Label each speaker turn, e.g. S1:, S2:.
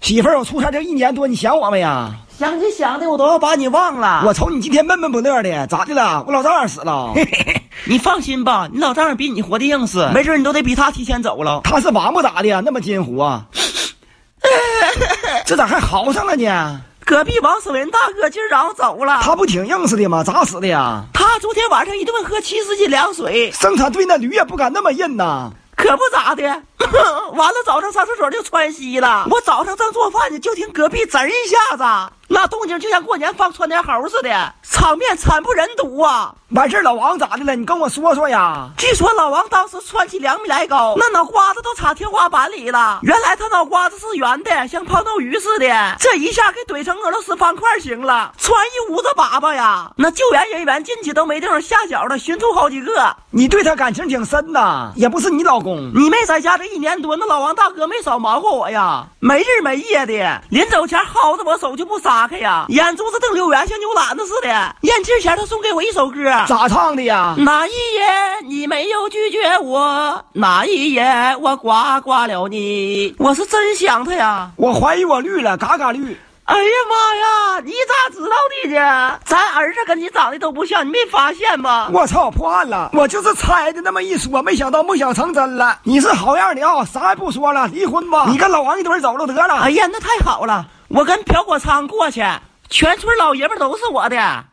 S1: 媳妇儿，我出差这一年多，你想我没呀？
S2: 想你想的，我都要把你忘了。
S1: 我瞅你今天闷闷不乐的，咋的了？我老丈人死了，
S2: 你放心吧，你老丈人比你活的硬实，没准你都得比他提前走了。
S1: 他是王八咋的呀？那么金乎啊？这咋还嚎上了呢？
S2: 隔壁王守仁大哥今儿早走了，
S1: 他不挺硬实的吗？咋死的呀？
S2: 他昨天晚上一顿喝七十斤凉水，
S1: 生产队那驴也不敢那么硬呐。
S2: 可不咋的。 完了，早上上厕所就窜稀了。我早上正做饭呢，就听隔壁滋一下子，那动静就像过年放窜天猴似的，场面惨不忍睹啊！
S1: 完事儿老王咋的了？你跟我说说呀。
S2: 据说老王当时窜起两米来高，那脑瓜子都插天花板里了。原来他脑瓜子是圆的，像泡豆鱼似的，这一下给怼成俄罗斯方块形了，窜一屋子粑粑呀！那救援人员进去都没地方下脚了，寻出好几个。
S1: 你对他感情挺深呐，也不是你老公，
S2: 你没在家这一年多，那老王大哥没少忙活我呀，没日没夜的，临走前薅着我手就不撒开呀，眼珠子瞪溜圆，像牛篮子似的。咽气前他送给我一首歌，
S1: 咋唱的呀？
S2: 哪一夜你没有拒绝我？哪一夜我呱呱了你？我是真想他呀！
S1: 我怀疑我绿了，嘎嘎绿。
S2: 哎呀妈呀！你咋知道的呢？咱儿子跟你长得都不像，你没发现吗？
S1: 我操，破案了！我就是猜的那么一说，没想到梦想成真了。你是好样的啊、哦！啥也不说了，离婚吧！你跟老王一堆走了得了。
S2: 哎呀，那太好了！我跟朴果昌过去，全村老爷们都是我的。